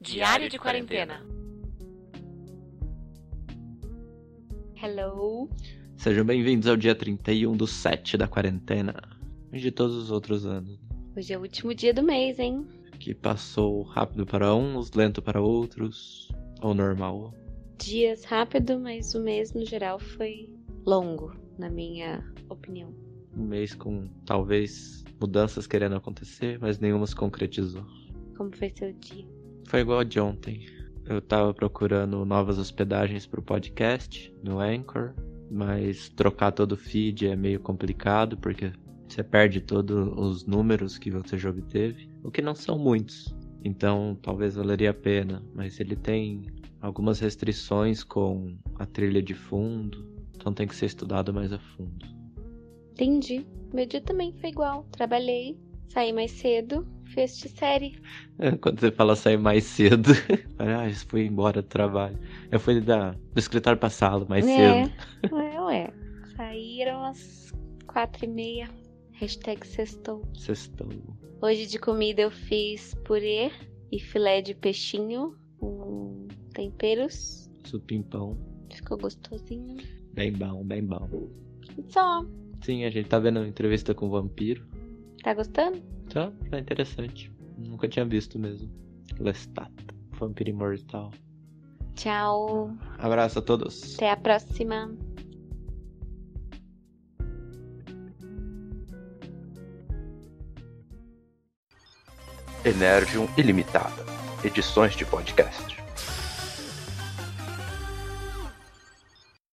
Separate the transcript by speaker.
Speaker 1: Diário de quarentena.
Speaker 2: Hello.
Speaker 3: Sejam bem-vindos ao dia 31 do 7 da quarentena. E de todos os outros anos.
Speaker 2: Hoje é o último dia do mês, hein?
Speaker 3: Que passou rápido para uns, lento para outros. Ou normal.
Speaker 2: Dias rápido, mas o mês no geral foi longo, na minha opinião.
Speaker 3: Um mês com talvez mudanças querendo acontecer, mas nenhuma se concretizou.
Speaker 2: Como foi seu dia?
Speaker 3: Foi igual a de ontem. Eu tava procurando novas hospedagens pro podcast no Anchor, mas trocar todo o feed é meio complicado porque você perde todos os números que você já obteve, o que não são muitos. Então talvez valeria a pena, mas ele tem algumas restrições com a trilha de fundo, então tem que ser estudado mais a fundo.
Speaker 2: Entendi. Meu dia também foi igual. Trabalhei, saí mais cedo, fui assistir série.
Speaker 3: É, Quando você fala sair mais cedo, fala, ah, eu fui embora do trabalho. Eu fui da, do escritório pra sala mais
Speaker 2: É.
Speaker 3: cedo.
Speaker 2: Ué, ué. Saíram às quatro e meia. Hashtag sextou.
Speaker 3: Sextou.
Speaker 2: Hoje de comida eu fiz purê e filé de peixinho com temperos.
Speaker 3: Supimpão.
Speaker 2: Ficou gostosinho.
Speaker 3: Bem bom, bem bom.
Speaker 2: E só.
Speaker 3: Sim, a gente tá vendo uma entrevista com o vampiro.
Speaker 2: Tá gostando?
Speaker 3: Tá, tá interessante. Nunca tinha visto mesmo. Lestat. Vampiro imortal.
Speaker 2: Tchau.
Speaker 3: Abraço a todos.
Speaker 2: Até a próxima.
Speaker 4: Energium Ilimitada. Edições de podcast.